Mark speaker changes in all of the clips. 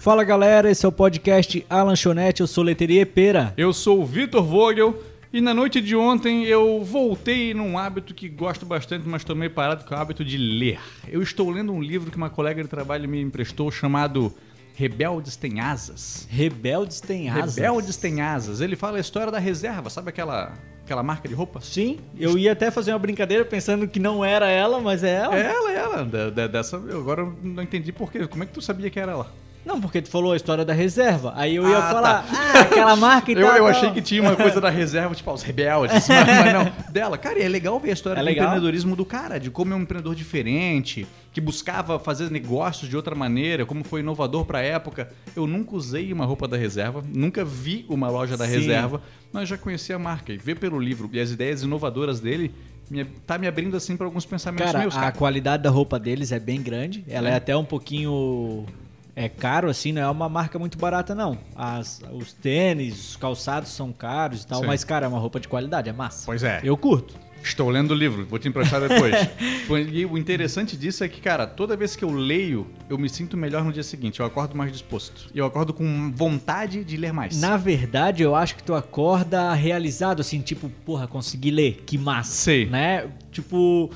Speaker 1: Fala galera, esse é o podcast A Lanchonete, eu sou Leteria Pera.
Speaker 2: Eu sou o Vitor Vogel e na noite de ontem eu voltei num hábito que gosto bastante, mas tomei parado, que é o hábito de ler. Eu estou lendo um livro que uma colega de trabalho me emprestou chamado Rebeldes Tem Asas.
Speaker 1: Rebeldes tem asas.
Speaker 2: Rebeldes Tem Asas. Ele fala a história da reserva, sabe aquela, aquela marca de roupa?
Speaker 1: Sim, eu ia até fazer uma brincadeira pensando que não era ela, mas é ela.
Speaker 2: É ela, é ela. Da- da- dessa, eu agora eu não entendi por quê. Como é que tu sabia que era ela?
Speaker 1: Não, porque tu falou a história da reserva. Aí eu ia
Speaker 2: Ah,
Speaker 1: falar, ah, aquela marca e
Speaker 2: Eu,
Speaker 1: tal.
Speaker 2: eu
Speaker 1: tal."
Speaker 2: achei que tinha uma coisa da reserva, tipo, ah, os rebeldes, mas, mas não. Dela, cara, e é legal ver a história
Speaker 1: É
Speaker 2: do
Speaker 1: legal.
Speaker 2: empreendedorismo do cara, de como é um empreendedor diferente, que buscava fazer negócios de outra maneira, como foi inovador pra época. Eu nunca usei uma roupa da reserva, nunca vi uma loja da
Speaker 1: Sim.
Speaker 2: reserva, mas já conheci a marca. E ver pelo livro e as ideias inovadoras dele, me, tá me abrindo assim pra alguns pensamentos
Speaker 1: Cara,
Speaker 2: meus,
Speaker 1: a qualidade da roupa deles é bem grande. Ela é,
Speaker 2: É.
Speaker 1: até um pouquinho é caro assim, não é uma marca muito barata não. As- os tênis, os calçados são caros e tal,
Speaker 2: Sim.
Speaker 1: mas cara, é uma roupa de qualidade, é massa.
Speaker 2: Pois é.
Speaker 1: Eu curto.
Speaker 2: Estou lendo o livro, vou te emprestar depois. e o interessante disso é que, cara, toda vez que eu leio, eu me sinto melhor no dia seguinte. Eu acordo mais disposto. E eu acordo com vontade de ler mais.
Speaker 1: Na verdade, eu acho que tu acorda realizado, assim, tipo, porra, consegui ler, que massa.
Speaker 2: Sei.
Speaker 1: Né? Tipo,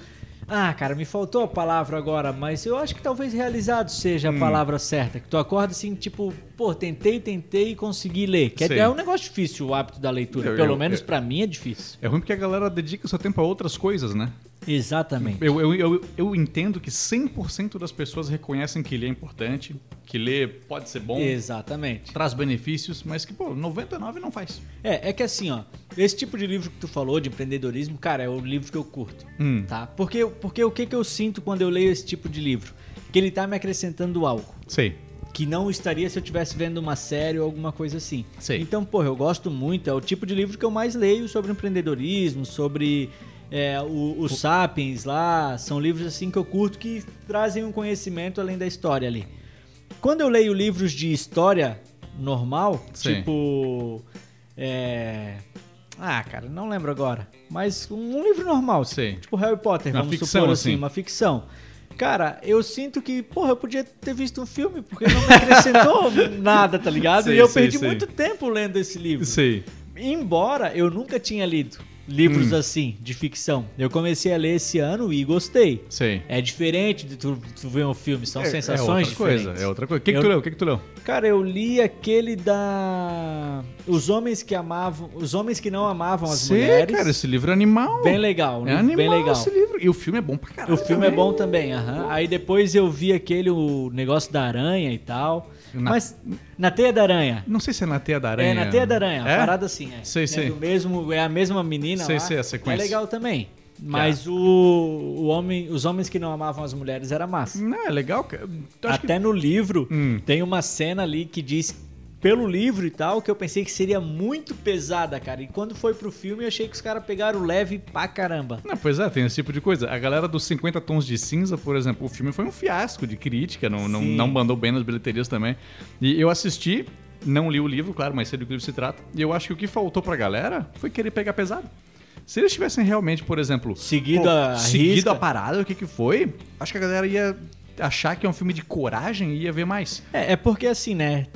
Speaker 1: ah, cara, me faltou a palavra agora, mas eu acho que talvez realizado seja a
Speaker 2: Hum.
Speaker 1: palavra certa. Que tu acorda assim, tipo, pô, tentei, tentei e consegui ler. Que é,
Speaker 2: Sei.
Speaker 1: é um negócio difícil o hábito da leitura.
Speaker 2: Eu-
Speaker 1: Pelo
Speaker 2: eu-
Speaker 1: menos
Speaker 2: eu-
Speaker 1: pra mim é difícil.
Speaker 2: É ruim porque a galera dedica seu tempo a outras coisas, né?
Speaker 1: Exatamente.
Speaker 2: Eu, eu, eu, eu entendo que 100% das pessoas reconhecem que ler é importante, que ler pode ser bom,
Speaker 1: Exatamente.
Speaker 2: traz benefícios, mas que, pô, 99% não faz.
Speaker 1: É, é que assim, ó, esse tipo de livro que tu falou de empreendedorismo, cara, é o livro que eu curto.
Speaker 2: Hum.
Speaker 1: Tá? Porque, porque o que, que eu sinto quando eu leio esse tipo de livro? Que ele tá me acrescentando algo.
Speaker 2: Sei.
Speaker 1: Que não estaria se eu estivesse vendo uma série ou alguma coisa assim.
Speaker 2: Sei.
Speaker 1: Então, porra, eu gosto muito. É o tipo de livro que eu mais leio sobre empreendedorismo, sobre é, o, o Sapiens lá. São livros assim que eu curto que trazem um conhecimento além da história ali. Quando eu leio livros de história normal,
Speaker 2: Sim.
Speaker 1: tipo. É. Ah, cara, não lembro agora. Mas um livro normal,
Speaker 2: Sei.
Speaker 1: tipo Harry Potter,
Speaker 2: Uma
Speaker 1: vamos
Speaker 2: ficção,
Speaker 1: supor assim,
Speaker 2: assim.
Speaker 1: uma ficção. Cara, eu sinto que, porra, eu podia ter visto um filme, porque não me acrescentou nada, tá ligado?
Speaker 2: Sei,
Speaker 1: e eu
Speaker 2: sei,
Speaker 1: perdi
Speaker 2: sei.
Speaker 1: muito tempo lendo esse livro.
Speaker 2: Sei.
Speaker 1: Embora eu nunca tinha lido livros
Speaker 2: Hum.
Speaker 1: assim, de ficção. Eu comecei a ler esse ano e gostei.
Speaker 2: Sei.
Speaker 1: É diferente de tu, tu ver um filme, são sensações
Speaker 2: é outra
Speaker 1: diferentes.
Speaker 2: coisa, é outra coisa. O que, que
Speaker 1: Eu-
Speaker 2: tu leu? O que, que tu leu?
Speaker 1: Cara, eu li aquele da... Os homens que amavam... Os homens que não amavam as
Speaker 2: Sei,
Speaker 1: mulheres.
Speaker 2: cara, esse livro é animal.
Speaker 1: Bem legal,
Speaker 2: É
Speaker 1: né?
Speaker 2: animal
Speaker 1: bem legal.
Speaker 2: esse livro. E o filme é bom pra caralho.
Speaker 1: O filme é
Speaker 2: também.
Speaker 1: bom também, aham. Aí depois eu vi aquele o negócio da aranha e tal.
Speaker 2: Na-
Speaker 1: Mas na teia da aranha.
Speaker 2: Não sei se é na Teia da Aranha.
Speaker 1: É, na teia da aranha.
Speaker 2: É?
Speaker 1: A parada assim, é.
Speaker 2: Sei,
Speaker 1: é
Speaker 2: sei.
Speaker 1: do mesmo, é a mesma menina
Speaker 2: Sei,
Speaker 1: lá.
Speaker 2: sei, a sequência. é.
Speaker 1: É legal também. Mas o, o homem, os homens que não amavam as mulheres era massa.
Speaker 2: Não, é legal. cara. Tu acha que-
Speaker 1: Até no livro
Speaker 2: Hum.
Speaker 1: tem uma cena ali que diz pelo livro e tal, que eu pensei que seria muito pesada, cara. E quando foi pro filme, eu achei que os caras pegaram leve pra caramba.
Speaker 2: Não, pois é, tem esse tipo de coisa. A galera dos 50 Tons de Cinza, por exemplo, o filme foi um fiasco de crítica, não, não,
Speaker 1: Sim.
Speaker 2: não mandou bem nas bilheterias também. E eu assisti, não li o livro, claro, mas sei do que o livro se trata. E eu acho que o que faltou pra galera foi querer pegar pesado. Se eles tivessem realmente, por exemplo,
Speaker 1: Seguido
Speaker 2: pô,
Speaker 1: a
Speaker 2: seguido
Speaker 1: risca.
Speaker 2: a parada, o que, que foi, acho que a galera ia achar que é um filme de coragem e ia ver mais.
Speaker 1: É, é porque assim, né?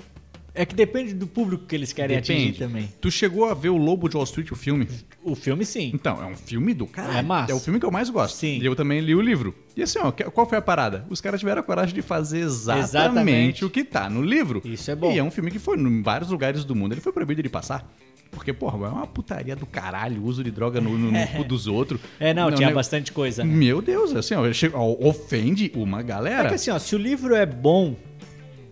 Speaker 1: É que depende do público que eles querem atingir também.
Speaker 2: Tu chegou a ver o Lobo de Wall Street, o filme?
Speaker 1: O filme, sim.
Speaker 2: Então, é um filme do caralho.
Speaker 1: É massa.
Speaker 2: o filme que eu mais gosto.
Speaker 1: Sim.
Speaker 2: E eu também li o livro. E assim, ó, que- qual foi a parada? Os caras tiveram a coragem de fazer exatamente,
Speaker 1: Exatamente.
Speaker 2: o que tá no livro.
Speaker 1: Isso é bom.
Speaker 2: E é um filme que foi em vários lugares do mundo. Ele foi proibido de passar. Porque, porra, é uma putaria do caralho, o uso de droga no, no- no cu dos outros.
Speaker 1: É, não, tinha
Speaker 2: né?
Speaker 1: bastante coisa. Né?
Speaker 2: Meu Deus, assim, ó, ele chega- ó, ofende uma
Speaker 1: É
Speaker 2: galera.
Speaker 1: que assim, ó, se o livro é bom,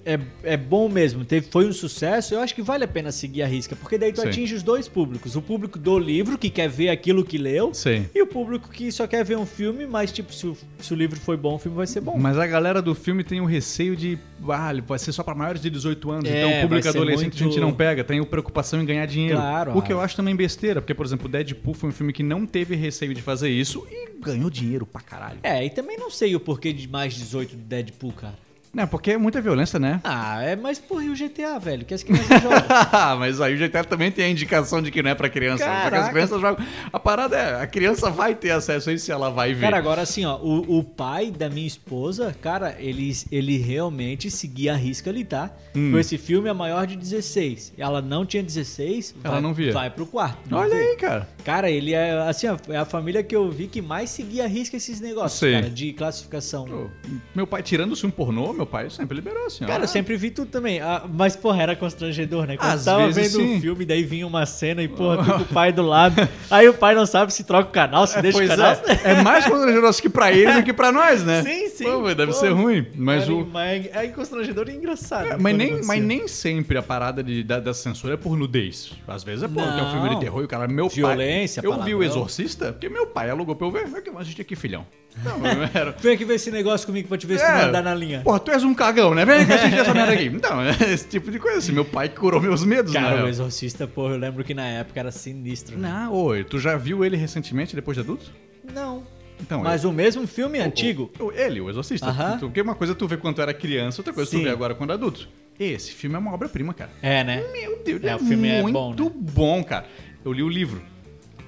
Speaker 1: é, é bom mesmo, teve, foi um sucesso, eu acho que vale a pena seguir a risca, porque daí tu
Speaker 2: Sim.
Speaker 1: atinge os dois públicos. O público do livro, que quer ver aquilo que leu,
Speaker 2: Sim.
Speaker 1: e o público que só quer ver um filme, mas tipo, se o, se o livro foi bom, o filme vai ser bom.
Speaker 2: Mas a galera do filme tem o receio de. Ah, ele vai ser só pra maiores de 18 anos,
Speaker 1: É,
Speaker 2: então o
Speaker 1: vai
Speaker 2: público
Speaker 1: ser
Speaker 2: adolescente a gente
Speaker 1: muito-
Speaker 2: não pega. Tem o preocupação em ganhar dinheiro.
Speaker 1: Claro,
Speaker 2: o que eu
Speaker 1: ah.
Speaker 2: acho também besteira, porque, por exemplo, Deadpool foi um filme que não teve receio de fazer isso e ganhou dinheiro pra caralho.
Speaker 1: É, e também não sei o porquê de mais 18 do Deadpool, cara.
Speaker 2: Não, porque é muita violência, né?
Speaker 1: Ah, é mais porra, e o GTA, velho? Que as crianças jogam.
Speaker 2: mas aí o GTA também tem a indicação de que não é pra criança. Porque as
Speaker 1: Caraca.
Speaker 2: crianças jogam. A parada é, a criança vai ter acesso a isso se ela vai ver.
Speaker 1: Cara, agora assim, ó, o, o pai da minha esposa, cara, ele, ele realmente seguia a risca ali, tá?
Speaker 2: Hum.
Speaker 1: Com esse filme é maior de 16. Ela não tinha 16,
Speaker 2: Ela
Speaker 1: vai,
Speaker 2: não via.
Speaker 1: vai pro quarto. não
Speaker 2: Olha
Speaker 1: vê.
Speaker 2: aí, cara.
Speaker 1: Cara, ele é assim, ó, é a família que eu vi que mais seguia a risca esses negócios,
Speaker 2: Sei.
Speaker 1: cara, de classificação.
Speaker 2: Pô, Meu pai, tirando se um pornô, meu pai sempre liberou assim. ó.
Speaker 1: Cara, eu sempre vi tudo também. Ah, mas, porra, era constrangedor, né? Quando
Speaker 2: Às
Speaker 1: tava
Speaker 2: vezes,
Speaker 1: vendo
Speaker 2: sim.
Speaker 1: um filme, daí vinha uma cena e, porra, tu com o pai do lado. Aí o pai não sabe se troca o canal, se deixa
Speaker 2: Pois
Speaker 1: o canal.
Speaker 2: é, é mais constrangedor que pra ele do que pra nós, né?
Speaker 1: Sim, sim.
Speaker 2: Pô,
Speaker 1: Pô,
Speaker 2: deve ser ruim. Mas
Speaker 1: Cara,
Speaker 2: o,
Speaker 1: mas é constrangedor e engraçado.
Speaker 2: É,
Speaker 1: né,
Speaker 2: mas,
Speaker 1: quando
Speaker 2: nem, mas
Speaker 1: acontecia.
Speaker 2: nem sempre a parada de, da, da censura é por nudez. Às vezes é por
Speaker 1: Não.
Speaker 2: tem um filme de terror e o cara, meu
Speaker 1: Violência,
Speaker 2: pai. Eu vi
Speaker 1: palavrão.
Speaker 2: o Exorcista, porque meu pai alugou pra eu ver. Mas que mais assistir aqui, filhão? Não, eu era.
Speaker 1: Vem aqui ver esse negócio comigo pra te ver se tu
Speaker 2: É,
Speaker 1: não andar na linha.
Speaker 2: Porra, tu és um cagão, né? Vem cá assistir essa merda aqui. Então, é esse tipo de coisa. Assim, meu pai curou meus medos,
Speaker 1: Cara, o
Speaker 2: né?
Speaker 1: Exorcista, porra, eu lembro que na época era sinistro. né?
Speaker 2: Não, oi, tu já viu ele recentemente, depois de adulto?
Speaker 1: Não.
Speaker 2: Então,
Speaker 1: Mas o mesmo filme
Speaker 2: eu-
Speaker 1: antigo.
Speaker 2: o- ele, o Exorcista.
Speaker 1: Aham.
Speaker 2: Tu- Porque uma coisa é tu vê quando tu era criança, outra coisa é tu
Speaker 1: Sim.
Speaker 2: vê agora quando adulto. Esse filme é uma obra-prima, cara.
Speaker 1: É, né?
Speaker 2: Meu Deus,
Speaker 1: É,
Speaker 2: é,
Speaker 1: o filme é
Speaker 2: muito
Speaker 1: bom, né?
Speaker 2: bom, cara. Eu li o livro.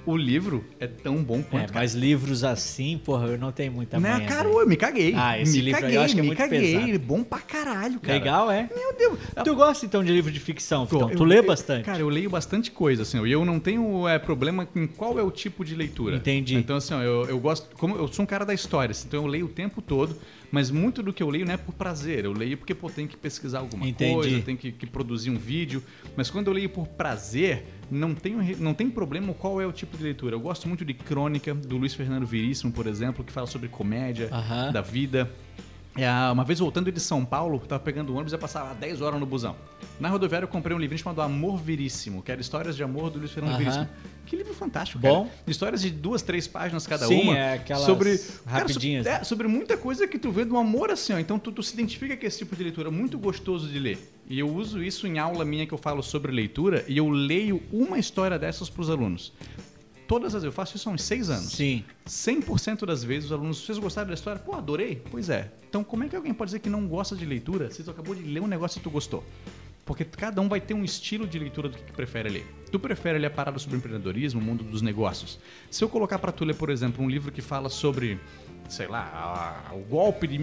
Speaker 2: O livro é tão bom
Speaker 1: É,
Speaker 2: quanto.
Speaker 1: mas livros assim, porra, eu não tenho muita manha.
Speaker 2: né, cara,
Speaker 1: velho.
Speaker 2: eu me caguei.
Speaker 1: Ah, esse
Speaker 2: me
Speaker 1: livro aí eu
Speaker 2: caguei,
Speaker 1: acho que é
Speaker 2: me
Speaker 1: muito
Speaker 2: caguei.
Speaker 1: pesado.
Speaker 2: Bom pra caralho, cara.
Speaker 1: Legal, é?
Speaker 2: Meu Deus.
Speaker 1: Tu gosta então de livro de ficção,
Speaker 2: Pô,
Speaker 1: Fitão?
Speaker 2: eu-
Speaker 1: Tu lê
Speaker 2: eu-
Speaker 1: bastante?
Speaker 2: Cara, eu leio bastante coisa, assim, ó, e eu não tenho é, problema com qual é o tipo de leitura.
Speaker 1: Entendi.
Speaker 2: Então, assim, ó, eu, eu gosto. Como eu sou um cara da história, assim, então eu leio o tempo todo, mas muito do que eu leio não é por prazer. Eu leio porque, pô, tem que pesquisar alguma
Speaker 1: Entendi.
Speaker 2: coisa, tem que, que produzir um vídeo. Mas quando eu leio por prazer, não tem, não tem problema qual é o tipo de leitura. Eu gosto muito de crônica, do Luiz Fernando Veríssimo, por exemplo, que fala sobre comédia,
Speaker 1: Aham.
Speaker 2: da vida. É, uma vez voltando de São Paulo, eu tava pegando o ônibus e ia passar 10 horas no busão. Na rodoviária eu comprei um livrinho chamado Amor Viríssimo, que era Histórias de Amor do Luiz Fernando
Speaker 1: Aham.
Speaker 2: Veríssimo. Que livro fantástico,
Speaker 1: Bom.
Speaker 2: cara. Histórias de duas, três páginas cada
Speaker 1: Sim,
Speaker 2: uma.
Speaker 1: é, aquelas
Speaker 2: sobre,
Speaker 1: rapidinhas,
Speaker 2: Cara, so-
Speaker 1: né?
Speaker 2: é, sobre muita coisa que tu vê do amor assim, ó. Então tu, tu se identifica com esse tipo de leitura muito gostoso de ler. E eu uso isso em aula minha que eu falo sobre leitura e eu leio uma história dessas pros alunos. Todas as eu faço isso há uns seis anos.
Speaker 1: Sim. 1
Speaker 2: 100% das vezes os alunos, vocês gostaram da história? Pô, adorei. Pois é. Então como é que alguém pode dizer que não gosta de leitura se tu acabou de ler um negócio e tu gostou? Porque cada um vai ter um estilo de leitura do que que prefere ler. Tu prefere ler a parada sobre empreendedorismo, o mundo dos negócios. Se eu colocar pra tu ler, por exemplo, um livro que fala sobre, sei lá, a- o golpe de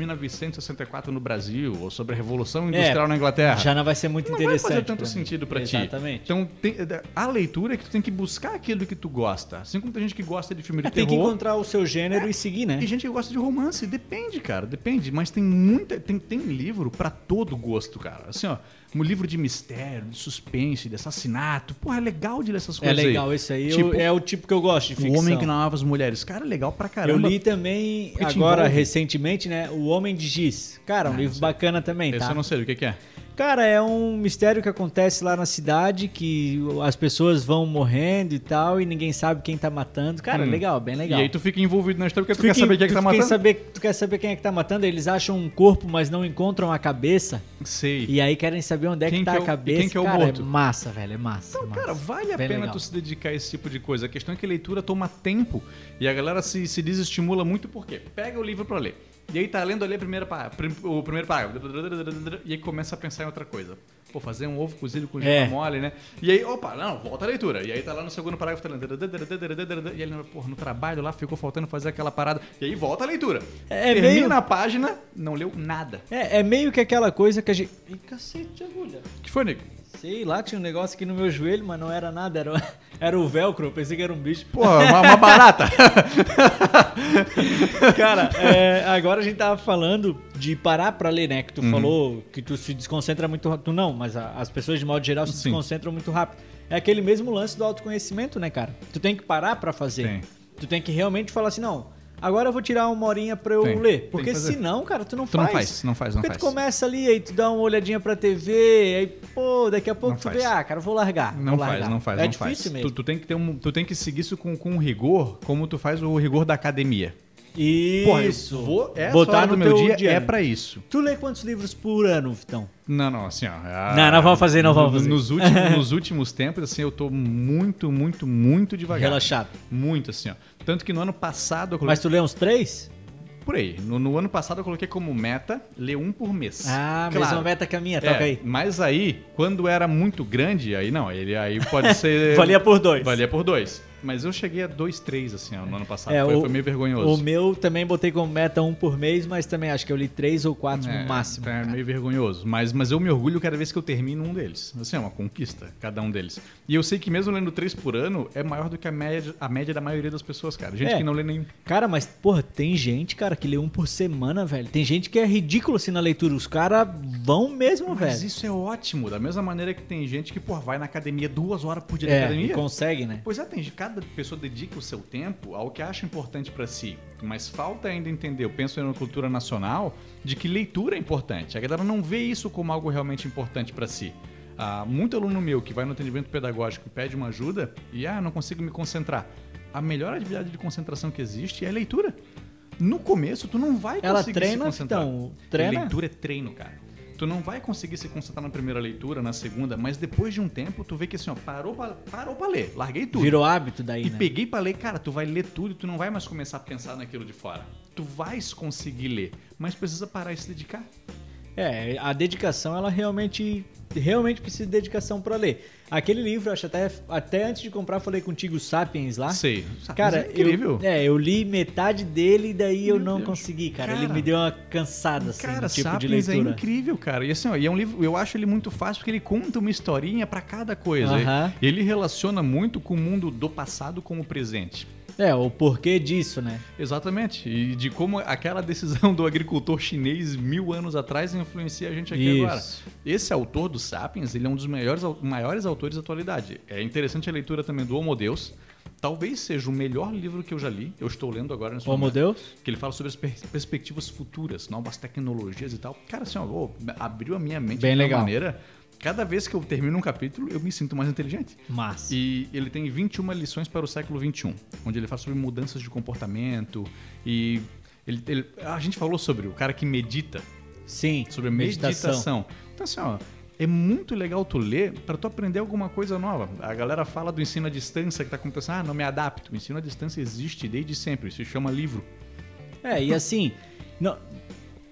Speaker 2: 1964 no Brasil, ou sobre a Revolução Industrial na Inglaterra
Speaker 1: É, Já não vai ser muito
Speaker 2: É. não vai
Speaker 1: interessante. né?
Speaker 2: fazer tanto
Speaker 1: pra mim.
Speaker 2: sentido pra ti.
Speaker 1: Exatamente.
Speaker 2: Então, tem- a leitura é que tu tem que buscar aquilo que tu gosta. Assim como tem gente que gosta de filme de
Speaker 1: É, tem que
Speaker 2: terror.
Speaker 1: encontrar o seu gênero e seguir, né?
Speaker 2: E gente que gosta de romance, depende, cara, depende. Mas tem muita. Tem, tem livro pra todo gosto, cara. Assim, ó, um livro de mistério, de suspense, de assassinato. Porra, é legal de ler essas
Speaker 1: É
Speaker 2: coisas.
Speaker 1: legal esse aí. eu-
Speaker 2: Tipo,
Speaker 1: é o tipo que eu gosto de
Speaker 2: O
Speaker 1: ficção.
Speaker 2: Homem que Não Amava as Mulheres. Cara, é legal pra caramba.
Speaker 1: Eu li também
Speaker 2: Porque te
Speaker 1: agora,
Speaker 2: envolve. Ah,
Speaker 1: recentemente, né? O Homem de Giz. Cara, um livro bacana também,
Speaker 2: Esse
Speaker 1: tá?
Speaker 2: eu não sei o que, que é.
Speaker 1: Cara, é um mistério que acontece lá na cidade, que as pessoas vão morrendo e tal, e ninguém sabe quem tá matando. Cara,
Speaker 2: Hum.
Speaker 1: legal, bem legal.
Speaker 2: E aí tu fica envolvido na história porque tu,
Speaker 1: Fica
Speaker 2: quer saber
Speaker 1: em-
Speaker 2: quem é que
Speaker 1: tu
Speaker 2: tá
Speaker 1: fica em
Speaker 2: matando.
Speaker 1: Saber, tu quer saber quem é que tá matando? Eles acham um corpo, mas não encontram a cabeça.
Speaker 2: Sei.
Speaker 1: E aí querem saber onde é
Speaker 2: Quem
Speaker 1: que tá
Speaker 2: que é o-
Speaker 1: a
Speaker 2: e
Speaker 1: cabeça.
Speaker 2: quem que é o
Speaker 1: cara,
Speaker 2: morto?
Speaker 1: é massa, velho. É massa.
Speaker 2: Então,
Speaker 1: massa.
Speaker 2: cara, vale a
Speaker 1: Bem
Speaker 2: pena
Speaker 1: legal.
Speaker 2: tu se dedicar a esse tipo de coisa. A questão é que a leitura toma tempo e a galera se, se desestimula muito porque pega o livro pra ler. E aí tá lendo ali a primeira pá- prim- o primeiro parágrafo. E aí começa a pensar em outra coisa. Pô, fazer um ovo cozido com gema
Speaker 1: É.
Speaker 2: mole, né? E aí, opa, não, volta a leitura. E aí tá lá no segundo parágrafo, tá lendo. E ele, porra, no trabalho lá ficou faltando fazer aquela parada. E aí volta a leitura.
Speaker 1: É
Speaker 2: Termina
Speaker 1: meio-
Speaker 2: a página, não leu nada.
Speaker 1: É, é meio que aquela coisa que a gente. Ih, cacete de agulha.
Speaker 2: O que foi, Nico?
Speaker 1: Sei lá, tinha um negócio aqui no meu joelho, mas não era nada, era, era o velcro, eu pensei que era um bicho.
Speaker 2: Porra, uma, uma barata.
Speaker 1: Cara, é, agora a gente tava falando de parar pra ler, né? Que
Speaker 2: Uhum.
Speaker 1: tu falou que tu se desconcentra muito rápido. Tu não, mas a- as pessoas de modo geral se
Speaker 2: Sim.
Speaker 1: desconcentram muito rápido. É aquele mesmo lance do autoconhecimento, né, cara? Tu tem que parar pra fazer.
Speaker 2: Tem.
Speaker 1: Tu tem que realmente falar assim, não, agora eu vou tirar uma horinha pra eu
Speaker 2: Tem. Tem
Speaker 1: ler.
Speaker 2: que
Speaker 1: Porque
Speaker 2: fazer.
Speaker 1: senão, cara, tu não
Speaker 2: Tu não
Speaker 1: faz.
Speaker 2: faz, não faz, não
Speaker 1: Porque tu
Speaker 2: faz.
Speaker 1: começa ali, aí tu dá uma olhadinha pra TV, aí, pô, daqui a pouco
Speaker 2: Não
Speaker 1: tu
Speaker 2: faz.
Speaker 1: vê, ah, cara, eu vou largar.
Speaker 2: Não
Speaker 1: vou
Speaker 2: faz,
Speaker 1: largar.
Speaker 2: não faz,
Speaker 1: É
Speaker 2: não faz.
Speaker 1: difícil mesmo.
Speaker 2: Tu, tu tem que ter um, tu tem que seguir isso com, com rigor, como tu faz o rigor da academia.
Speaker 1: Isso.
Speaker 2: eu vou essa
Speaker 1: Botar
Speaker 2: hora
Speaker 1: no
Speaker 2: do meu
Speaker 1: teu
Speaker 2: dia,
Speaker 1: diário.
Speaker 2: é pra isso.
Speaker 1: Tu lê quantos livros por ano, Vitão?
Speaker 2: Não, não, assim, ó. ah,
Speaker 1: Não, não vamos fazer, não vamos fazer.
Speaker 2: Nos últimos, nos últimos tempos, assim, eu tô muito, muito, muito devagar.
Speaker 1: Relaxado.
Speaker 2: Muito, assim, ó. Tanto que no ano passado eu
Speaker 1: Mas tu lê uns três?
Speaker 2: por aí. No, no ano passado eu coloquei como meta ler um por mês.
Speaker 1: Ah,
Speaker 2: Claro.
Speaker 1: mesma meta que a minha,
Speaker 2: É,
Speaker 1: toca aí.
Speaker 2: Mas aí, quando era muito grande, aí não, ele aí pode ser.
Speaker 1: Valia por dois.
Speaker 2: Valia por dois. Mas eu cheguei a dois, três, assim, ó, no ano passado.
Speaker 1: É,
Speaker 2: foi,
Speaker 1: o-
Speaker 2: foi meio
Speaker 1: O
Speaker 2: vergonhoso.
Speaker 1: meu também botei como meta um por mês, mas também acho que eu li três ou quatro
Speaker 2: É,
Speaker 1: no máximo.
Speaker 2: É meio vergonhoso. Mas, mas eu me orgulho cada vez que eu termino um deles. Assim, é uma conquista, cada um deles. E eu sei que mesmo lendo três por ano, é maior do que a média, a média da maioria das pessoas, cara. Gente
Speaker 1: É.
Speaker 2: que não lê um. nenhum.
Speaker 1: Cara, mas, porra, tem gente, cara, que lê um por semana, velho. Tem gente que é ridículo assim na leitura. Os caras vão mesmo,
Speaker 2: Mas
Speaker 1: velho.
Speaker 2: isso é ótimo. Da mesma maneira que tem gente que, pô, vai na academia duas horas por dia na
Speaker 1: é, e
Speaker 2: academia.
Speaker 1: consegue, né?
Speaker 2: Pois é, tem, cada pessoa dedica o seu tempo ao que acha importante pra si. Mas falta ainda entender, eu penso na cultura nacional, de que leitura é importante. A galera não vê isso como algo realmente importante pra si. Ah, muito aluno meu que vai no atendimento pedagógico e pede uma ajuda e, ah, não consigo me concentrar. A melhor atividade de concentração que existe é a leitura. No começo, tu não vai
Speaker 1: Ela
Speaker 2: conseguir se
Speaker 1: treina,
Speaker 2: concentrar.
Speaker 1: então. Treina.
Speaker 2: Leitura é treino, cara. Tu não vai conseguir se concentrar na primeira leitura, na segunda, mas depois de um tempo, tu vê que assim, ó, parou pra, parou pra ler, larguei tudo.
Speaker 1: Virou hábito daí,
Speaker 2: e
Speaker 1: né?
Speaker 2: peguei pra ler, cara, tu vai ler tudo e tu não vai mais começar a pensar naquilo de fora. Tu vais conseguir ler, mas precisa parar e se dedicar.
Speaker 1: É, a dedicação, ela realmente realmente precisa de dedicação pra ler. Aquele livro, acho até, até antes de comprar, falei contigo, o Sapiens lá.
Speaker 2: Sei.
Speaker 1: Tá? Cara,
Speaker 2: Mas é incrível.
Speaker 1: Eu, é, eu li metade dele e daí eu
Speaker 2: Meu
Speaker 1: não
Speaker 2: Deus.
Speaker 1: consegui, cara.
Speaker 2: Cara.
Speaker 1: Ele me deu uma cansada, assim,
Speaker 2: Cara,
Speaker 1: no tipo de
Speaker 2: Sapiens é
Speaker 1: leitura.
Speaker 2: incrível, cara. E assim, ó, e é um livro, eu acho ele muito fácil porque ele conta uma historinha pra cada coisa.
Speaker 1: Aham.
Speaker 2: Ele relaciona muito com o mundo do passado com o presente.
Speaker 1: É, o porquê disso, né?
Speaker 2: Exatamente. E de como aquela decisão do agricultor chinês mil anos atrás influencia a gente aqui agora.
Speaker 1: Isso.
Speaker 2: Esse autor do Sapiens, ele é um dos melhores, maiores autores da atualidade. É interessante a leitura também do Homo Deus. Talvez seja o melhor livro que eu já li. Eu estou lendo agora nesse
Speaker 1: Como
Speaker 2: momento.
Speaker 1: Deus?
Speaker 2: Que ele fala sobre as pers- perspectivas futuras, novas tecnologias e tal. Cara, assim, ó, ô, abriu a minha mente
Speaker 1: Bem
Speaker 2: de uma
Speaker 1: legal.
Speaker 2: maneira. Cada vez que eu termino um capítulo, eu me sinto mais inteligente.
Speaker 1: Mas.
Speaker 2: E ele tem 21 lições para o século 21, onde ele fala sobre mudanças de comportamento e ele, ele- a gente falou sobre o cara que medita,
Speaker 1: Sim.
Speaker 2: sobre a meditação. Então assim, ó, é muito legal tu ler para tu aprender alguma coisa nova. A galera fala do ensino à distância que tá acontecendo, ah, não me adapto. O ensino à distância existe desde sempre, se chama livro.
Speaker 1: É, e assim, não,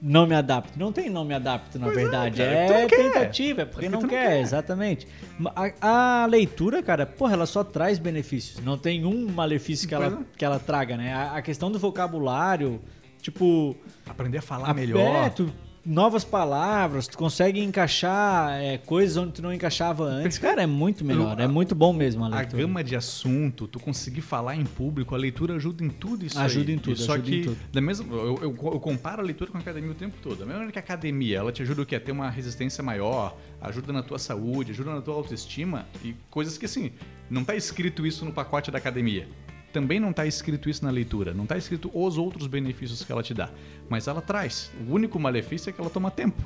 Speaker 1: não me adapto. Não tem não me adapto, na
Speaker 2: Pois é,
Speaker 1: verdade.
Speaker 2: cara,
Speaker 1: É,
Speaker 2: tu não quer.
Speaker 1: tentativa, é porque
Speaker 2: É porque
Speaker 1: não
Speaker 2: tu
Speaker 1: quer,
Speaker 2: não quer.
Speaker 1: exatamente. Ma- A, a leitura, cara, porra, ela só traz benefícios. Não tem um malefício que,
Speaker 2: Pois
Speaker 1: ela,
Speaker 2: é.
Speaker 1: que ela traga, né? A, a questão do vocabulário, tipo,
Speaker 2: Aprender a falar
Speaker 1: a-
Speaker 2: melhor.
Speaker 1: é, tu- novas palavras, tu consegue encaixar é, coisas onde tu não encaixava antes. Cara, é muito melhor, é muito bom mesmo a
Speaker 2: A
Speaker 1: leitura.
Speaker 2: gama de assunto, tu conseguir falar em público, a leitura ajuda em tudo isso.
Speaker 1: Ajuda
Speaker 2: aí.
Speaker 1: em tudo,
Speaker 2: Só
Speaker 1: ajuda
Speaker 2: que
Speaker 1: em tudo.
Speaker 2: Da mesma, eu, eu, eu comparo a leitura com a academia o tempo todo. Da mesma maneira que a academia, ela te ajuda o quê? A ter uma resistência maior, ajuda na tua saúde, ajuda na tua autoestima e coisas que assim, não tá escrito isso no pacote da academia. Também não tá escrito isso na leitura, não tá escrito os outros benefícios que ela te dá. Mas ela traz. O único malefício é que ela toma tempo.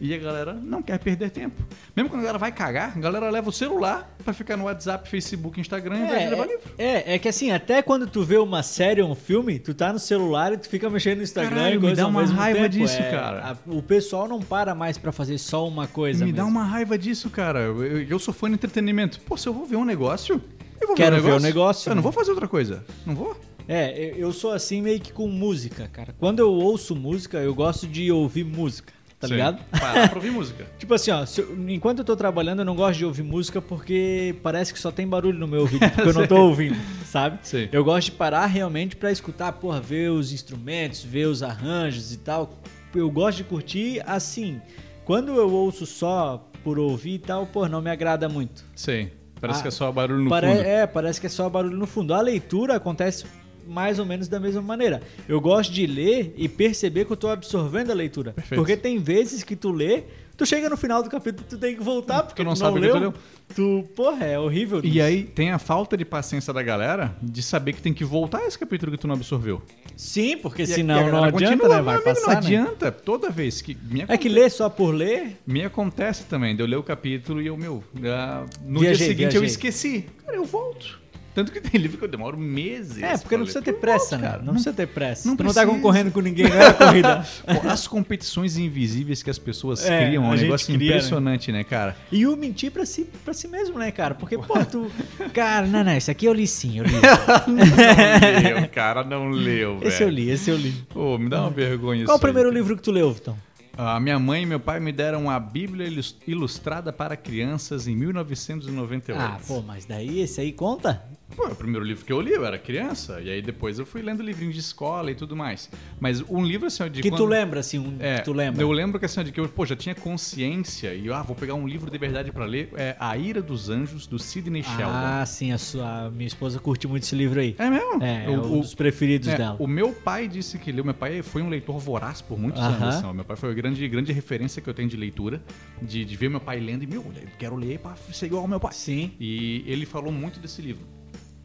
Speaker 2: E a galera não quer perder tempo. Mesmo quando a galera vai cagar, a galera leva o celular pra ficar no WhatsApp, Facebook, Instagram, em vez de levar livro.
Speaker 1: É, é, é que assim, até quando tu vê uma série ou um filme, tu tá no celular e tu fica mexendo no Instagram
Speaker 2: Caralho,
Speaker 1: e
Speaker 2: me
Speaker 1: coisa
Speaker 2: dá
Speaker 1: ao
Speaker 2: uma
Speaker 1: mesmo
Speaker 2: raiva
Speaker 1: tempo.
Speaker 2: disso,
Speaker 1: É,
Speaker 2: cara.
Speaker 1: a- o pessoal não para mais pra fazer só uma coisa
Speaker 2: Me dá
Speaker 1: mesmo.
Speaker 2: uma raiva disso, cara. Eu, eu- eu sou fã de entretenimento. Pô, se eu vou ver um negócio, eu vou
Speaker 1: Quero
Speaker 2: ver, um
Speaker 1: ver o negócio,
Speaker 2: Eu não
Speaker 1: né?
Speaker 2: vou fazer outra coisa. Não vou?
Speaker 1: É, eu- eu sou assim meio que com música, cara. Quando eu ouço música, eu gosto de ouvir música, tá
Speaker 2: Sim.
Speaker 1: ligado?
Speaker 2: Parar pra ouvir música.
Speaker 1: Tipo assim, ó, se eu- enquanto eu tô trabalhando, eu não gosto de ouvir música porque parece que só tem barulho no meu ouvido, porque eu não tô ouvindo, sabe?
Speaker 2: Sim.
Speaker 1: Eu gosto de parar realmente pra escutar, porra, ver os instrumentos, ver os arranjos e tal. Eu gosto de curtir assim. Quando eu ouço só por ouvir e tal, porra, não me agrada muito.
Speaker 2: Sim. Parece
Speaker 1: Ah,
Speaker 2: que é só barulho no
Speaker 1: Pare-
Speaker 2: fundo.
Speaker 1: É, parece que é só barulho no fundo. A leitura acontece mais ou menos da mesma maneira. Eu gosto de ler e perceber que eu tô absorvendo a leitura.
Speaker 2: Perfeito.
Speaker 1: Porque tem vezes que tu lê, tu chega no final do capítulo, tu tem que voltar porque tu
Speaker 2: não
Speaker 1: não,
Speaker 2: sabe o que tu
Speaker 1: leu. tu, porra, é horrível.
Speaker 2: E
Speaker 1: isso.
Speaker 2: aí tem a falta de paciência da galera de saber que tem que voltar a esse capítulo que tu não absorveu.
Speaker 1: Sim, porque
Speaker 2: E a- e a
Speaker 1: senão não
Speaker 2: galera
Speaker 1: adianta,
Speaker 2: continua,
Speaker 1: né?
Speaker 2: meu
Speaker 1: Vai
Speaker 2: amigo,
Speaker 1: passar,
Speaker 2: Não
Speaker 1: né?
Speaker 2: adianta. Toda vez que... Me,
Speaker 1: É que ler só por ler,
Speaker 2: me acontece também. de Eu ler o capítulo e eu, meu... ah, no
Speaker 1: Viajei,
Speaker 2: dia seguinte eu
Speaker 1: viajei.
Speaker 2: esqueci. Cara, eu volto. Tanto que tem livro que eu demoro meses.
Speaker 1: É, porque
Speaker 2: pra
Speaker 1: não
Speaker 2: ler.
Speaker 1: precisa ter
Speaker 2: Eu
Speaker 1: pressa,
Speaker 2: gosto,
Speaker 1: né? Não, precisa ter pressa.
Speaker 2: não
Speaker 1: tu não tá
Speaker 2: precisa.
Speaker 1: concorrendo com ninguém na corrida.
Speaker 2: Pô, As competições invisíveis que as pessoas
Speaker 1: É,
Speaker 2: criam é
Speaker 1: a
Speaker 2: um
Speaker 1: gente
Speaker 2: negócio
Speaker 1: cria, né?
Speaker 2: impressionante, né, cara?
Speaker 1: E o mentir pra si, pra si mesmo, né, cara? Porque, pô, tu. Cara, não, não, esse aqui eu li sim, eu li.
Speaker 2: Não leu, cara, não leu, velho.
Speaker 1: Esse eu li, esse eu li.
Speaker 2: Pô, me dá uma vergonha
Speaker 1: Qual o
Speaker 2: isso aí,
Speaker 1: primeiro
Speaker 2: cara.
Speaker 1: livro que tu leu, Vitão?
Speaker 2: A minha mãe e meu pai me deram a Bíblia ilus- Ilustrada para Crianças em 1998.
Speaker 1: Ah, pô, mas daí esse aí conta?
Speaker 2: Pô, é o primeiro livro que eu li, eu era criança. E aí depois eu fui lendo livrinho de escola e tudo mais. Mas um livro assim, ó, de
Speaker 1: que tu
Speaker 2: quando-
Speaker 1: lembra, assim, um
Speaker 2: É,
Speaker 1: que tu lembra.
Speaker 2: Eu lembro que assim, de que eu pô, já tinha consciência e eu, ah, vou pegar um livro de verdade pra ler. É A Ira dos Anjos, do Sidney Sheldon.
Speaker 1: Ah, sim, a sua a minha esposa curte muito esse livro aí.
Speaker 2: né? É mesmo?
Speaker 1: É,
Speaker 2: O-
Speaker 1: é um
Speaker 2: o-
Speaker 1: dos preferidos
Speaker 2: é,
Speaker 1: dela.
Speaker 2: O meu pai disse que leu. Meu pai foi um leitor voraz por muitos
Speaker 1: Aham.
Speaker 2: anos. assim, ó. Meu pai foi a grande, grande referência que eu tenho de leitura, de, de ver meu pai lendo e, meu, eu quero ler pra ser igual ao meu pai.
Speaker 1: Sim.
Speaker 2: E ele falou muito desse livro.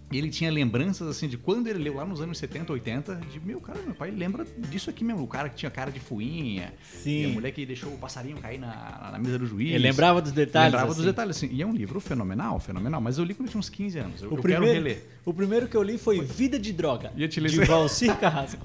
Speaker 2: E Ele tinha lembranças assim de quando ele leu lá nos anos 70, 80, de meu cara, meu pai lembra disso aqui mesmo, o cara que tinha cara de fuinha, e a
Speaker 1: Sim.
Speaker 2: mulher que deixou o passarinho cair na, na mesa do juiz.
Speaker 1: Ele lembrava dos detalhes.
Speaker 2: Lembrava dos
Speaker 1: assim.
Speaker 2: detalhes, assim. E é um livro fenomenal, fenomenal. Mas eu li quando eu tinha uns 15 anos. Eu,
Speaker 1: O
Speaker 2: eu
Speaker 1: primeiro,
Speaker 2: quero reler.
Speaker 1: o primeiro que eu li foi Vida de Droga.
Speaker 2: Ia te ler
Speaker 1: de
Speaker 2: isso aí.
Speaker 1: Valcir Carrasco.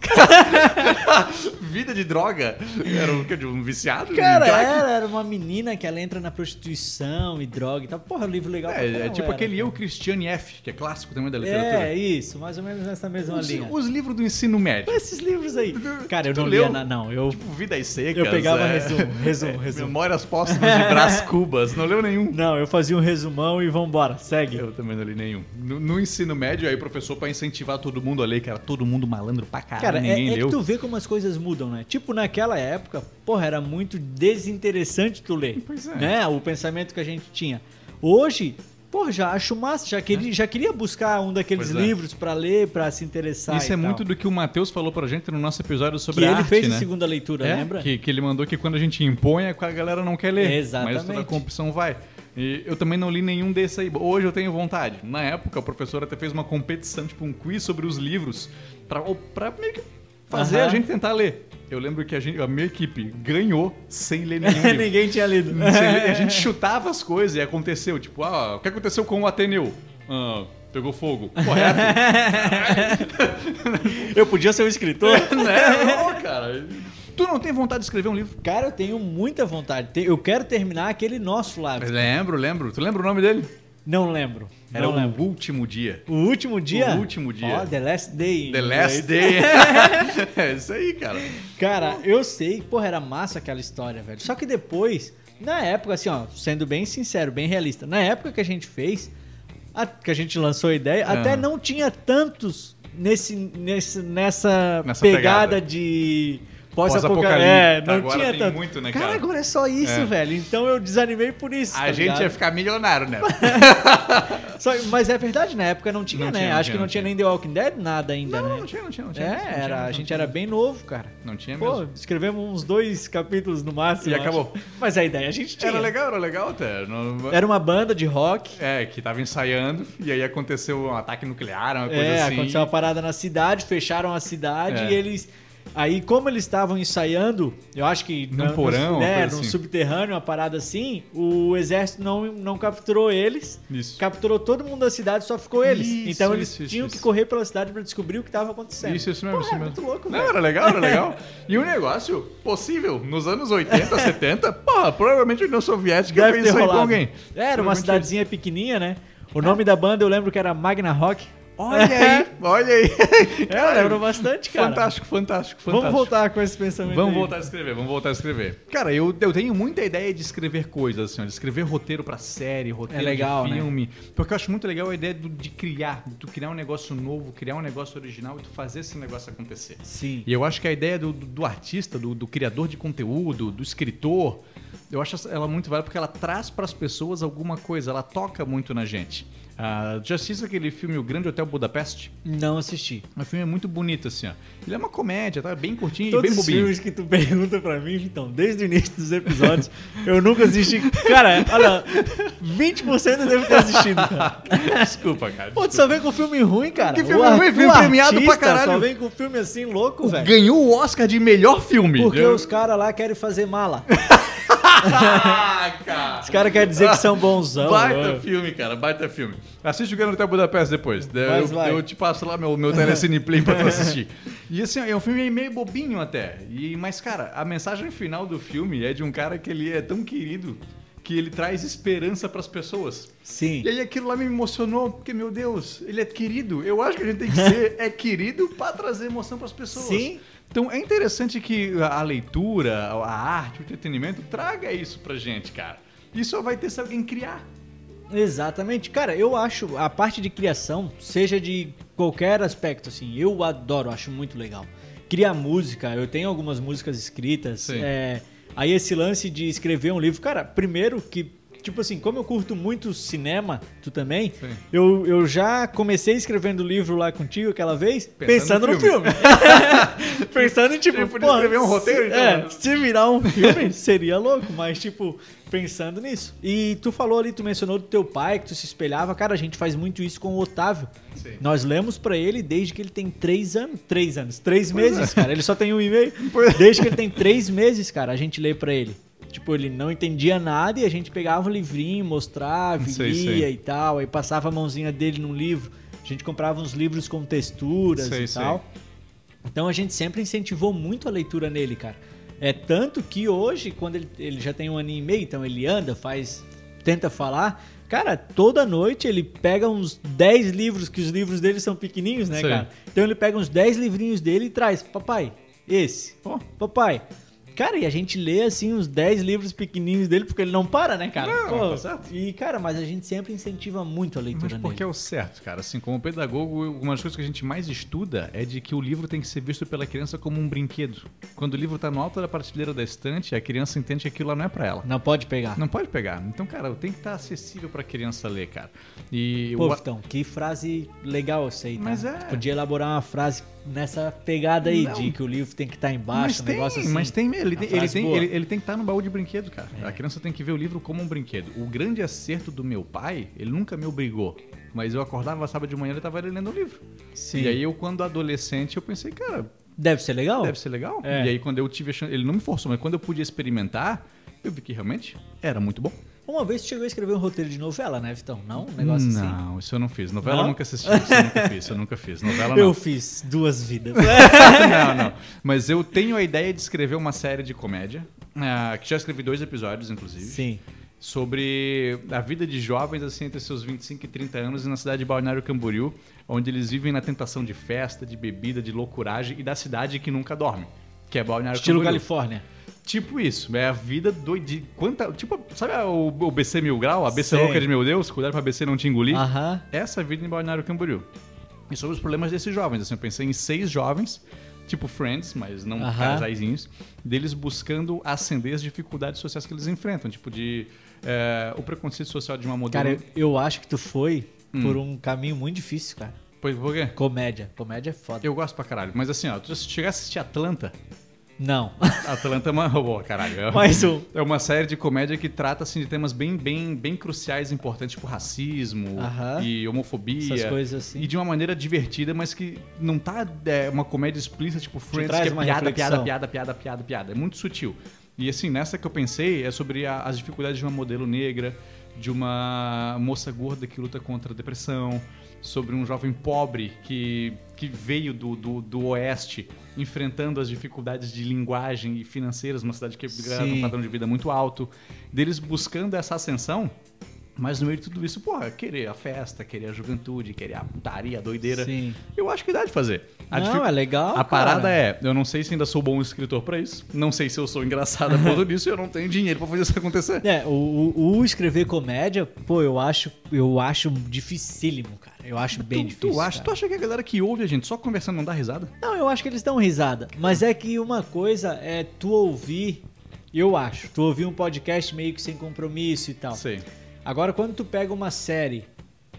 Speaker 2: Vida de droga? Era um, que, de um viciado?
Speaker 1: Cara, é.
Speaker 2: um craque?
Speaker 1: era, era uma menina que ela entra na prostituição e droga e tal. Porra, livro legal. pra
Speaker 2: É, é
Speaker 1: caramba,
Speaker 2: tipo
Speaker 1: era.
Speaker 2: aquele Eu, Christiane F., que é clássico também da
Speaker 1: É, então
Speaker 2: literatura.
Speaker 1: isso, mais ou menos nessa mesma
Speaker 2: os,
Speaker 1: linha.
Speaker 2: os livros do ensino médio.
Speaker 1: Esses livros aí. Cara, eu
Speaker 2: Tu
Speaker 1: não
Speaker 2: leu?
Speaker 1: lia, na- não. Eu,
Speaker 2: Tipo, Vidas Secas.
Speaker 1: eu pegava
Speaker 2: é,
Speaker 1: resumo, resumo, resumo.
Speaker 2: Memórias Póstumas de Brás Cubas. Não leu nenhum.
Speaker 1: Não, eu fazia um resumão e vambora, segue.
Speaker 2: Eu também não li nenhum. No, no ensino médio, aí o professor, pra incentivar todo mundo a ler, que era todo mundo malandro pra caralho,
Speaker 1: Cara, é,
Speaker 2: ninguém
Speaker 1: é que
Speaker 2: leu.
Speaker 1: tu vê como as coisas mudam, né? Tipo, naquela época, porra, era muito desinteressante tu ler.
Speaker 2: Pois é.
Speaker 1: Né? O pensamento que a gente tinha. Hoje, porra, já acho massa, já queria, já queria buscar um daqueles
Speaker 2: É. Pois é.
Speaker 1: livros pra ler, pra se interessar.
Speaker 2: Isso
Speaker 1: e
Speaker 2: é
Speaker 1: tal.
Speaker 2: muito do que o Matheus falou pra gente no nosso episódio
Speaker 1: que
Speaker 2: sobre a
Speaker 1: ele
Speaker 2: arte,
Speaker 1: fez
Speaker 2: né?
Speaker 1: em segunda leitura,
Speaker 2: É,
Speaker 1: lembra?
Speaker 2: Que, que ele mandou que quando a gente impõe, a galera não quer ler.
Speaker 1: Exatamente.
Speaker 2: Mas toda a competição vai. E eu também não li nenhum desses aí. Hoje eu tenho vontade. Na época, o professor até fez uma competição, tipo um quiz sobre os livros, pra, ou pra meio que fazer
Speaker 1: Aham.
Speaker 2: a gente tentar ler. Eu lembro que a, gente, a minha equipe ganhou sem ler nenhum livro.
Speaker 1: Ninguém tinha lido.
Speaker 2: Sem ler. a gente chutava as coisas e aconteceu. Tipo, ah, o que aconteceu com o Ateneu? Ah, pegou fogo. Correto.
Speaker 1: Eu podia ser um escritor.
Speaker 2: né? Ô, cara. Tu não tem vontade de escrever um livro?
Speaker 1: Cara, eu tenho muita vontade. Te- Eu quero terminar aquele nosso lá.
Speaker 2: Lembro, lembro. Tu lembra o nome dele?
Speaker 1: Não lembro.
Speaker 2: Era
Speaker 1: não
Speaker 2: o
Speaker 1: lembro.
Speaker 2: último dia.
Speaker 1: O último dia?
Speaker 2: O último dia.
Speaker 1: Ó, The Last Day.
Speaker 2: The Last
Speaker 1: Aí-
Speaker 2: Day. é isso aí, cara.
Speaker 1: Tá Cara, eu sei, porra, era massa aquela história, velho. Só que depois, na época, assim, ó, sendo bem sincero, bem realista, na época que a gente fez, a- que a gente lançou a ideia,
Speaker 2: Aham.
Speaker 1: até não tinha tantos nesse, nesse- nessa,
Speaker 2: Nessa
Speaker 1: pegada,
Speaker 2: pegada.
Speaker 1: de
Speaker 2: Pós-apocalipse.
Speaker 1: pós-apocalipse. É, não
Speaker 2: Agora
Speaker 1: tinha
Speaker 2: tem
Speaker 1: tanto.
Speaker 2: muito, né,
Speaker 1: cara,
Speaker 2: cara?
Speaker 1: agora é só isso,
Speaker 2: É.
Speaker 1: velho. Então eu desanimei por isso.
Speaker 2: A
Speaker 1: tá
Speaker 2: gente é ia
Speaker 1: ligado?
Speaker 2: ficar milionário, né?
Speaker 1: Só- Mas é verdade, na época não tinha,
Speaker 2: Não
Speaker 1: né?
Speaker 2: tinha, não
Speaker 1: Acho
Speaker 2: tinha,
Speaker 1: que não
Speaker 2: não
Speaker 1: tinha nem
Speaker 2: tinha.
Speaker 1: The Walking Dead, nada ainda,
Speaker 2: Não,
Speaker 1: né?
Speaker 2: não tinha, não tinha, não tinha.
Speaker 1: é,
Speaker 2: não
Speaker 1: era,
Speaker 2: tinha, não
Speaker 1: a
Speaker 2: tinha,
Speaker 1: gente
Speaker 2: não
Speaker 1: era
Speaker 2: tinha.
Speaker 1: bem novo, cara.
Speaker 2: Não tinha
Speaker 1: Pô,
Speaker 2: mesmo.
Speaker 1: escrevemos uns dois capítulos no máximo.
Speaker 2: E
Speaker 1: eu acho.
Speaker 2: acabou.
Speaker 1: Mas a ideia a gente tinha.
Speaker 2: Era legal, era legal até. Não-
Speaker 1: Era uma banda de rock.
Speaker 2: É, que tava ensaiando e aí aconteceu um ataque nuclear, uma coisa
Speaker 1: É,
Speaker 2: assim.
Speaker 1: aconteceu uma parada na cidade, fecharam a cidade
Speaker 2: É.
Speaker 1: e eles. Aí, como eles estavam ensaiando, eu acho que.
Speaker 2: Num
Speaker 1: na- no-
Speaker 2: porão, uma
Speaker 1: né,
Speaker 2: coisa
Speaker 1: num
Speaker 2: assim.
Speaker 1: subterrâneo, uma parada assim, o exército não, não capturou eles.
Speaker 2: Isso.
Speaker 1: Capturou todo mundo da cidade, só ficou eles.
Speaker 2: Isso,
Speaker 1: então eles
Speaker 2: isso, isso,
Speaker 1: tinham que
Speaker 2: isso.
Speaker 1: correr pela cidade pra descobrir o que tava acontecendo.
Speaker 2: Isso, isso mesmo,
Speaker 1: Porra,
Speaker 2: isso
Speaker 1: é
Speaker 2: mesmo.
Speaker 1: muito louco,
Speaker 2: Não,
Speaker 1: velho.
Speaker 2: era legal, era legal. E um negócio possível, nos anos 80, 70, porra, provavelmente a União Soviética
Speaker 1: Deve
Speaker 2: fez
Speaker 1: ter
Speaker 2: isso aí
Speaker 1: rolado. É,
Speaker 2: com alguém.
Speaker 1: Era uma
Speaker 2: Provavelmente-
Speaker 1: cidadezinha pequenininha, né? O nome da banda eu lembro que era Magna Rock.
Speaker 2: Olha aí, olha aí.
Speaker 1: É, eu lembro bastante, cara.
Speaker 2: Fantástico, fantástico, fantástico.
Speaker 1: Vamos voltar né? com esse pensamento.
Speaker 2: Vamos
Speaker 1: aí.
Speaker 2: voltar a escrever, vamos voltar a escrever. Cara, eu, eu tenho muita ideia de escrever coisas, assim, ó, de escrever roteiro pra série, roteiro
Speaker 1: É legal,
Speaker 2: de
Speaker 1: né?
Speaker 2: filme. Porque eu acho muito legal a ideia do- de criar, de tu criar um negócio novo, criar um negócio original e tu fazer esse negócio acontecer.
Speaker 1: Sim.
Speaker 2: E eu acho que a ideia do, do- do artista, do, do criador de conteúdo, do escritor, eu acho essa- ela muito válida porque ela traz para as pessoas alguma coisa, ela toca muito na gente. Ah, já assistiu aquele filme O Grande Hotel Budapeste?
Speaker 1: Não assisti.
Speaker 2: O filme é muito bonito, assim, ó. Ele é uma comédia, tá? Bem curtinho e
Speaker 1: Todos
Speaker 2: bem
Speaker 1: os
Speaker 2: bobinho.
Speaker 1: filmes que tu pergunta pra mim, então, desde o início dos episódios, eu nunca assisti. Cara, olha, 20% eu devo ter assistido, cara.
Speaker 2: Desculpa, cara.
Speaker 1: Pô, tu só vem com filme ruim, cara.
Speaker 2: Que filme
Speaker 1: ar-
Speaker 2: ruim? Filme
Speaker 1: o
Speaker 2: premiado pra
Speaker 1: artista Só
Speaker 2: caralho.
Speaker 1: vem com filme assim louco, velho. né?
Speaker 2: Ganhou o Oscar de melhor filme.
Speaker 1: Porque
Speaker 2: Eu-
Speaker 1: os caras lá querem fazer mala. Os caras querem dizer que são bonzão.
Speaker 2: Baita
Speaker 1: né?
Speaker 2: filme, cara, baita filme. Assiste o Grande Hotel Budapeste depois. Eu,
Speaker 1: vai.
Speaker 2: eu te passo lá meu, meu Telecine Play pra tu assistir. E assim, é um filme meio bobinho até. E, mas, cara, a mensagem final do filme é de um cara que ele é tão querido que ele traz esperança pras pessoas.
Speaker 1: Sim.
Speaker 2: E aí aquilo lá me emocionou, porque, meu Deus, ele é querido. Eu acho que a gente tem que ser é querido pra trazer emoção pras pessoas.
Speaker 1: Sim.
Speaker 2: Então é interessante que a a leitura, a arte, o entretenimento traga isso pra gente, cara. E só vai ter se alguém criar.
Speaker 1: Exatamente. Cara, eu acho a parte de criação, seja de qualquer aspecto, assim, eu adoro, acho muito legal. Criar música, eu tenho algumas músicas escritas.
Speaker 2: Sim.
Speaker 1: é, aí esse lance de escrever um livro, cara, primeiro que. Tipo assim, como eu curto muito cinema, tu também,
Speaker 2: Sim.
Speaker 1: eu, eu já comecei escrevendo livro lá contigo aquela vez, pensando,
Speaker 2: Pensando no
Speaker 1: no filme. pensando em tipo,
Speaker 2: Tipo, de
Speaker 1: pô,
Speaker 2: escrever um roteiro, então,
Speaker 1: é,
Speaker 2: né?
Speaker 1: se virar um filme, seria louco, mas, tipo, pensando nisso. E tu falou ali, tu mencionou do teu pai, que tu se espelhava. Cara, a gente faz muito isso com o Otávio.
Speaker 2: Sim.
Speaker 1: Nós lemos pra ele desde que ele tem três anos. Três anos, três
Speaker 2: é.
Speaker 1: meses, cara. Ele só tem um e meio. Desde que ele tem três meses, cara, a gente lê pra ele. Tipo, ele não entendia nada e a gente pegava o livrinho, mostrava, e
Speaker 2: Sei,
Speaker 1: lia
Speaker 2: sei.
Speaker 1: e tal. Aí passava a mãozinha dele num livro. A gente comprava uns livros com texturas
Speaker 2: Sei,
Speaker 1: e
Speaker 2: sei.
Speaker 1: tal. Então a gente sempre incentivou muito a leitura nele, cara. É tanto que hoje, quando ele, ele já tem um ano e meio, então ele anda, faz, tenta falar. Cara, toda noite ele pega uns 10 livros, que os livros dele são pequenininhos, né,
Speaker 2: Sim.
Speaker 1: cara? Então ele pega uns 10 livrinhos dele e traz, papai, esse,
Speaker 2: Ó.
Speaker 1: papai. Cara, e a gente lê assim uns 10 livros pequenininhos dele, porque ele não para, né, cara?
Speaker 2: Não, tá certo.
Speaker 1: E, cara, mas a gente sempre incentiva muito a
Speaker 2: Mas
Speaker 1: leitura
Speaker 2: porque é
Speaker 1: nele.
Speaker 2: o certo, cara. Assim, como pedagogo, eu- uma das coisas que a gente mais estuda é de que o livro tem que ser visto pela criança como um brinquedo. Quando o livro tá no alto da prateleira da estante, a criança entende que aquilo lá não é pra ela.
Speaker 1: Não pode pegar.
Speaker 2: Não pode pegar. Então, cara, tem que estar acessível pra criança ler, cara. E
Speaker 1: Pô,
Speaker 2: o-
Speaker 1: Vitão, que frase legal essa aí, tá?
Speaker 2: Mas é.
Speaker 1: Tu Podia elaborar uma frase nessa pegada aí
Speaker 2: Não.
Speaker 1: de que o livro tem que estar embaixo, um negócio assim.
Speaker 2: Mas tem,
Speaker 1: Uma
Speaker 2: ele, tem- ele,
Speaker 1: frase
Speaker 2: tem,
Speaker 1: boa.
Speaker 2: ele, ele tem que estar no baú de brinquedo, cara.
Speaker 1: É.
Speaker 2: A criança tem que ver o livro como um brinquedo. O grande acerto do meu pai, ele nunca me obrigou. Mas eu acordava sábado de manhã e ele tava lendo um livro.
Speaker 1: Sim.
Speaker 2: E aí eu, quando adolescente, eu pensei, cara,
Speaker 1: Deve ser legal?
Speaker 2: deve ser legal.
Speaker 1: É.
Speaker 2: E aí quando eu tive a chance, ele não me forçou, mas quando eu pude experimentar, eu vi que realmente era muito bom.
Speaker 1: Uma vez tu chegou a escrever um roteiro de novela, né, Vitão? Não? Um negócio assim.
Speaker 2: não, isso eu não fiz. Novela eu
Speaker 1: Não?
Speaker 2: nunca assisti, isso eu nunca fiz, isso eu nunca fiz. Novela não.
Speaker 1: Eu fiz duas vidas. É.
Speaker 2: não, não. Mas eu tenho a ideia de escrever uma série de comédia, ah, que já escrevi dois episódios, inclusive.
Speaker 1: Sim.
Speaker 2: sobre a vida de jovens assim entre seus 25 e 30 anos na cidade de Balneário Camboriú, onde eles vivem na tentação de festa, de bebida, de loucuragem e da cidade que nunca dorme, que é Balneário
Speaker 1: Estilo
Speaker 2: Camboriú.
Speaker 1: Califórnia.
Speaker 2: Tipo isso, é a vida do, de quanta, tipo, sabe a- o, o BC Mil Grau, a BC
Speaker 1: Sei. Ah,
Speaker 2: louca de meu Deus, cuidado pra BC não te engolir?
Speaker 1: Aham.
Speaker 2: essa vida em Balneário Camboriú. E sobre os problemas desses jovens. Assim, eu pensei em seis jovens, tipo Friends, mas não
Speaker 1: Aham.
Speaker 2: casaisinhos, deles buscando acender as dificuldades sociais que eles enfrentam, tipo de eh, o preconceito social de uma modelo.
Speaker 1: Cara, eu, eu acho que tu foi
Speaker 2: Hum.
Speaker 1: por um caminho muito difícil, cara.
Speaker 2: Pois por quê?
Speaker 1: Comédia. Comédia é foda.
Speaker 2: Eu gosto pra caralho. Mas assim, ó, tu se chegar a assistir Atlanta,
Speaker 1: Não.
Speaker 2: Atlanta é uma. Boa, caralho. É-
Speaker 1: Mais um.
Speaker 2: É uma série de comédia que trata assim, de temas bem, bem, bem cruciais e importantes, tipo racismo
Speaker 1: Aham.
Speaker 2: e homofobia.
Speaker 1: Essas coisas assim.
Speaker 2: E de uma maneira divertida, mas que não tá é, uma comédia explícita, tipo Friends, que
Speaker 1: traz
Speaker 2: é
Speaker 1: uma
Speaker 2: piada, piada,
Speaker 1: reflexão.
Speaker 2: piada, piada, piada, piada. É muito sutil. E assim, nessa que eu pensei é sobre a- as dificuldades de uma modelo negra, de uma moça gorda que luta contra a depressão, sobre um jovem pobre que, que veio do, do, do oeste enfrentando as dificuldades de linguagem e financeiras, uma cidade que garanta um
Speaker 1: Sim.
Speaker 2: padrão de vida muito alto, deles buscando essa ascensão. Mas no meio de tudo isso, porra, querer a festa, querer a juventude, querer a putaria, a doideira.
Speaker 1: Sim.
Speaker 2: Eu acho que dá de fazer. A,
Speaker 1: não,
Speaker 2: dificu-
Speaker 1: é legal.
Speaker 2: a parada é, eu não sei se ainda sou bom escritor pra isso, não sei se eu sou engraçado por conta disso, eu não tenho dinheiro pra fazer isso acontecer.
Speaker 1: É, o, o- o escrever comédia, pô, eu acho, eu acho dificílimo, cara. Eu acho bem
Speaker 2: tu,
Speaker 1: difícil.
Speaker 2: tu, acha,
Speaker 1: cara.
Speaker 2: tu acha que a galera que ouve a gente só conversando não dá risada?
Speaker 1: Não, eu acho que eles dão risada. Mas é que uma coisa é tu ouvir, eu acho, tu ouvir um podcast meio que sem compromisso e tal.
Speaker 2: Sei.
Speaker 1: Agora, quando tu pega uma série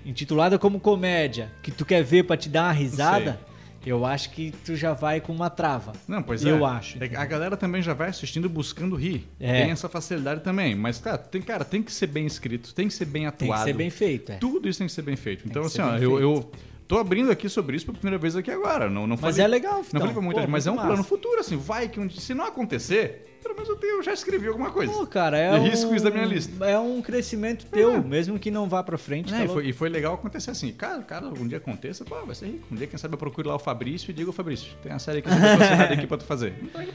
Speaker 1: intitulada como comédia, que tu quer ver pra te dar uma risada, eu acho que tu já vai com uma trava.
Speaker 2: Não, pois é.
Speaker 1: Eu acho.
Speaker 2: É que A galera também já vai assistindo buscando rir.
Speaker 1: É.
Speaker 2: Tem essa facilidade também. Mas, cara tem, cara, tem que ser bem escrito, tem que ser bem
Speaker 1: Tem que
Speaker 2: atuado.
Speaker 1: ser bem feito, é.
Speaker 2: Tudo isso tem que ser bem feito. Então,
Speaker 1: que
Speaker 2: assim,
Speaker 1: ser
Speaker 2: ó,
Speaker 1: bem
Speaker 2: eu,
Speaker 1: feito.
Speaker 2: eu tô abrindo aqui sobre isso pela primeira vez aqui agora. Não, não
Speaker 1: Mas
Speaker 2: falei-
Speaker 1: é legal,
Speaker 2: Não
Speaker 1: Vitão.
Speaker 2: falei pra muita
Speaker 1: Pô,
Speaker 2: gente, mas é um
Speaker 1: muito
Speaker 2: plano
Speaker 1: massa.
Speaker 2: futuro, assim. Vai que um dia, se não acontecer, pelo menos eu, tenho, eu já escrevi alguma coisa.
Speaker 1: Pô, cara, é
Speaker 2: Eu risco
Speaker 1: um,
Speaker 2: isso da minha lista.
Speaker 1: É um crescimento teu, mesmo que não vá pra frente.
Speaker 2: Né,
Speaker 1: tá
Speaker 2: e,
Speaker 1: louco?
Speaker 2: foi, e foi legal acontecer assim. Cara, cara, um dia aconteça, pô, vai ser rico. Um dia, quem sabe, eu procuro lá o Fabrício e digo, "Ô, Fabrício, tem a série aqui patrocinada aqui pra tu fazer. então,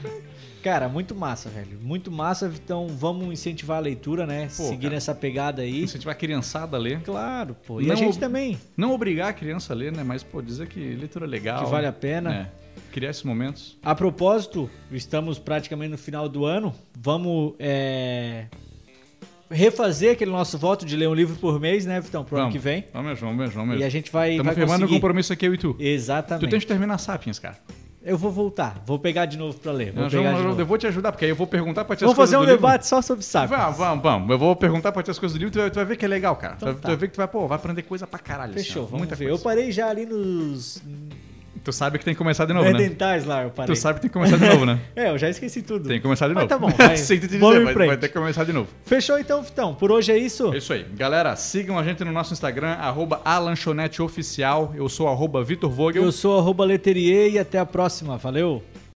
Speaker 1: Cara, muito massa, velho. Muito massa. Então vamos incentivar a leitura, né? Seguir
Speaker 2: cara.
Speaker 1: nessa pegada aí.
Speaker 2: Incentivar a criançada a ler.
Speaker 1: Claro, pô. E
Speaker 2: Não tá
Speaker 1: a gente
Speaker 2: ob-
Speaker 1: também.
Speaker 2: Não obrigar a criança a ler, né? Mas, pô, dizer que leitura é legal.
Speaker 1: Que vale a pena.
Speaker 2: É, criar esses momentos.
Speaker 1: A propósito, estamos praticamente no final do ano. Vamos é, refazer aquele nosso voto de ler um livro por mês, né, Vitão? Pro ano
Speaker 2: Vamos.
Speaker 1: que vem.
Speaker 2: Vamos mesmo, vamos mesmo, vamos
Speaker 1: E
Speaker 2: mesmo.
Speaker 1: a gente vai,
Speaker 2: Estamos
Speaker 1: vai
Speaker 2: firmando o
Speaker 1: conseguir.
Speaker 2: compromisso aqui, eu e tu. Tu
Speaker 1: Exatamente.
Speaker 2: tens que terminar Sapiens, cara.
Speaker 1: Eu vou voltar. Vou pegar de novo pra ler. Vou
Speaker 2: Nós
Speaker 1: pegar
Speaker 2: vamos-
Speaker 1: de
Speaker 2: eu
Speaker 1: novo.
Speaker 2: vou te ajudar, porque aí eu vou perguntar pra ti
Speaker 1: Vamos
Speaker 2: as coisas
Speaker 1: fazer um
Speaker 2: do livro.
Speaker 1: debate só sobre sapiens.
Speaker 2: Vamos, vamos, vamos. Eu vou perguntar pra ti as coisas do livro, tu vai, tu vai ver que é legal, cara. tu,
Speaker 1: Então
Speaker 2: vai, tu
Speaker 1: tá.
Speaker 2: vai ver que tu vai, pô, vai aprender coisa pra caralho. assim,
Speaker 1: Fechou,
Speaker 2: ó.
Speaker 1: vamos
Speaker 2: Muita
Speaker 1: ver. Eu
Speaker 2: coisa.
Speaker 1: parei já ali nos
Speaker 2: Tu sabe que tem que começar de novo, né?
Speaker 1: redentais lá, eu parei.
Speaker 2: Tu sabe que tem que começar de novo, né?
Speaker 1: É, eu já esqueci tudo.
Speaker 2: Tem que começar de
Speaker 1: Mas
Speaker 2: novo.
Speaker 1: tá bom, vai.
Speaker 2: Sei que tu te
Speaker 1: Vamos
Speaker 2: dizer,
Speaker 1: em
Speaker 2: vai,
Speaker 1: frente.
Speaker 2: vai ter que começar de novo.
Speaker 1: Fechou então, Vitão. Por hoje é isso?
Speaker 2: É isso aí. Galera, sigam a gente no nosso Instagram, arroba alanchoneteoficial. Eu sou arroba Vitor Vogel.
Speaker 1: Eu sou arroba Leterier e até a próxima. Valeu!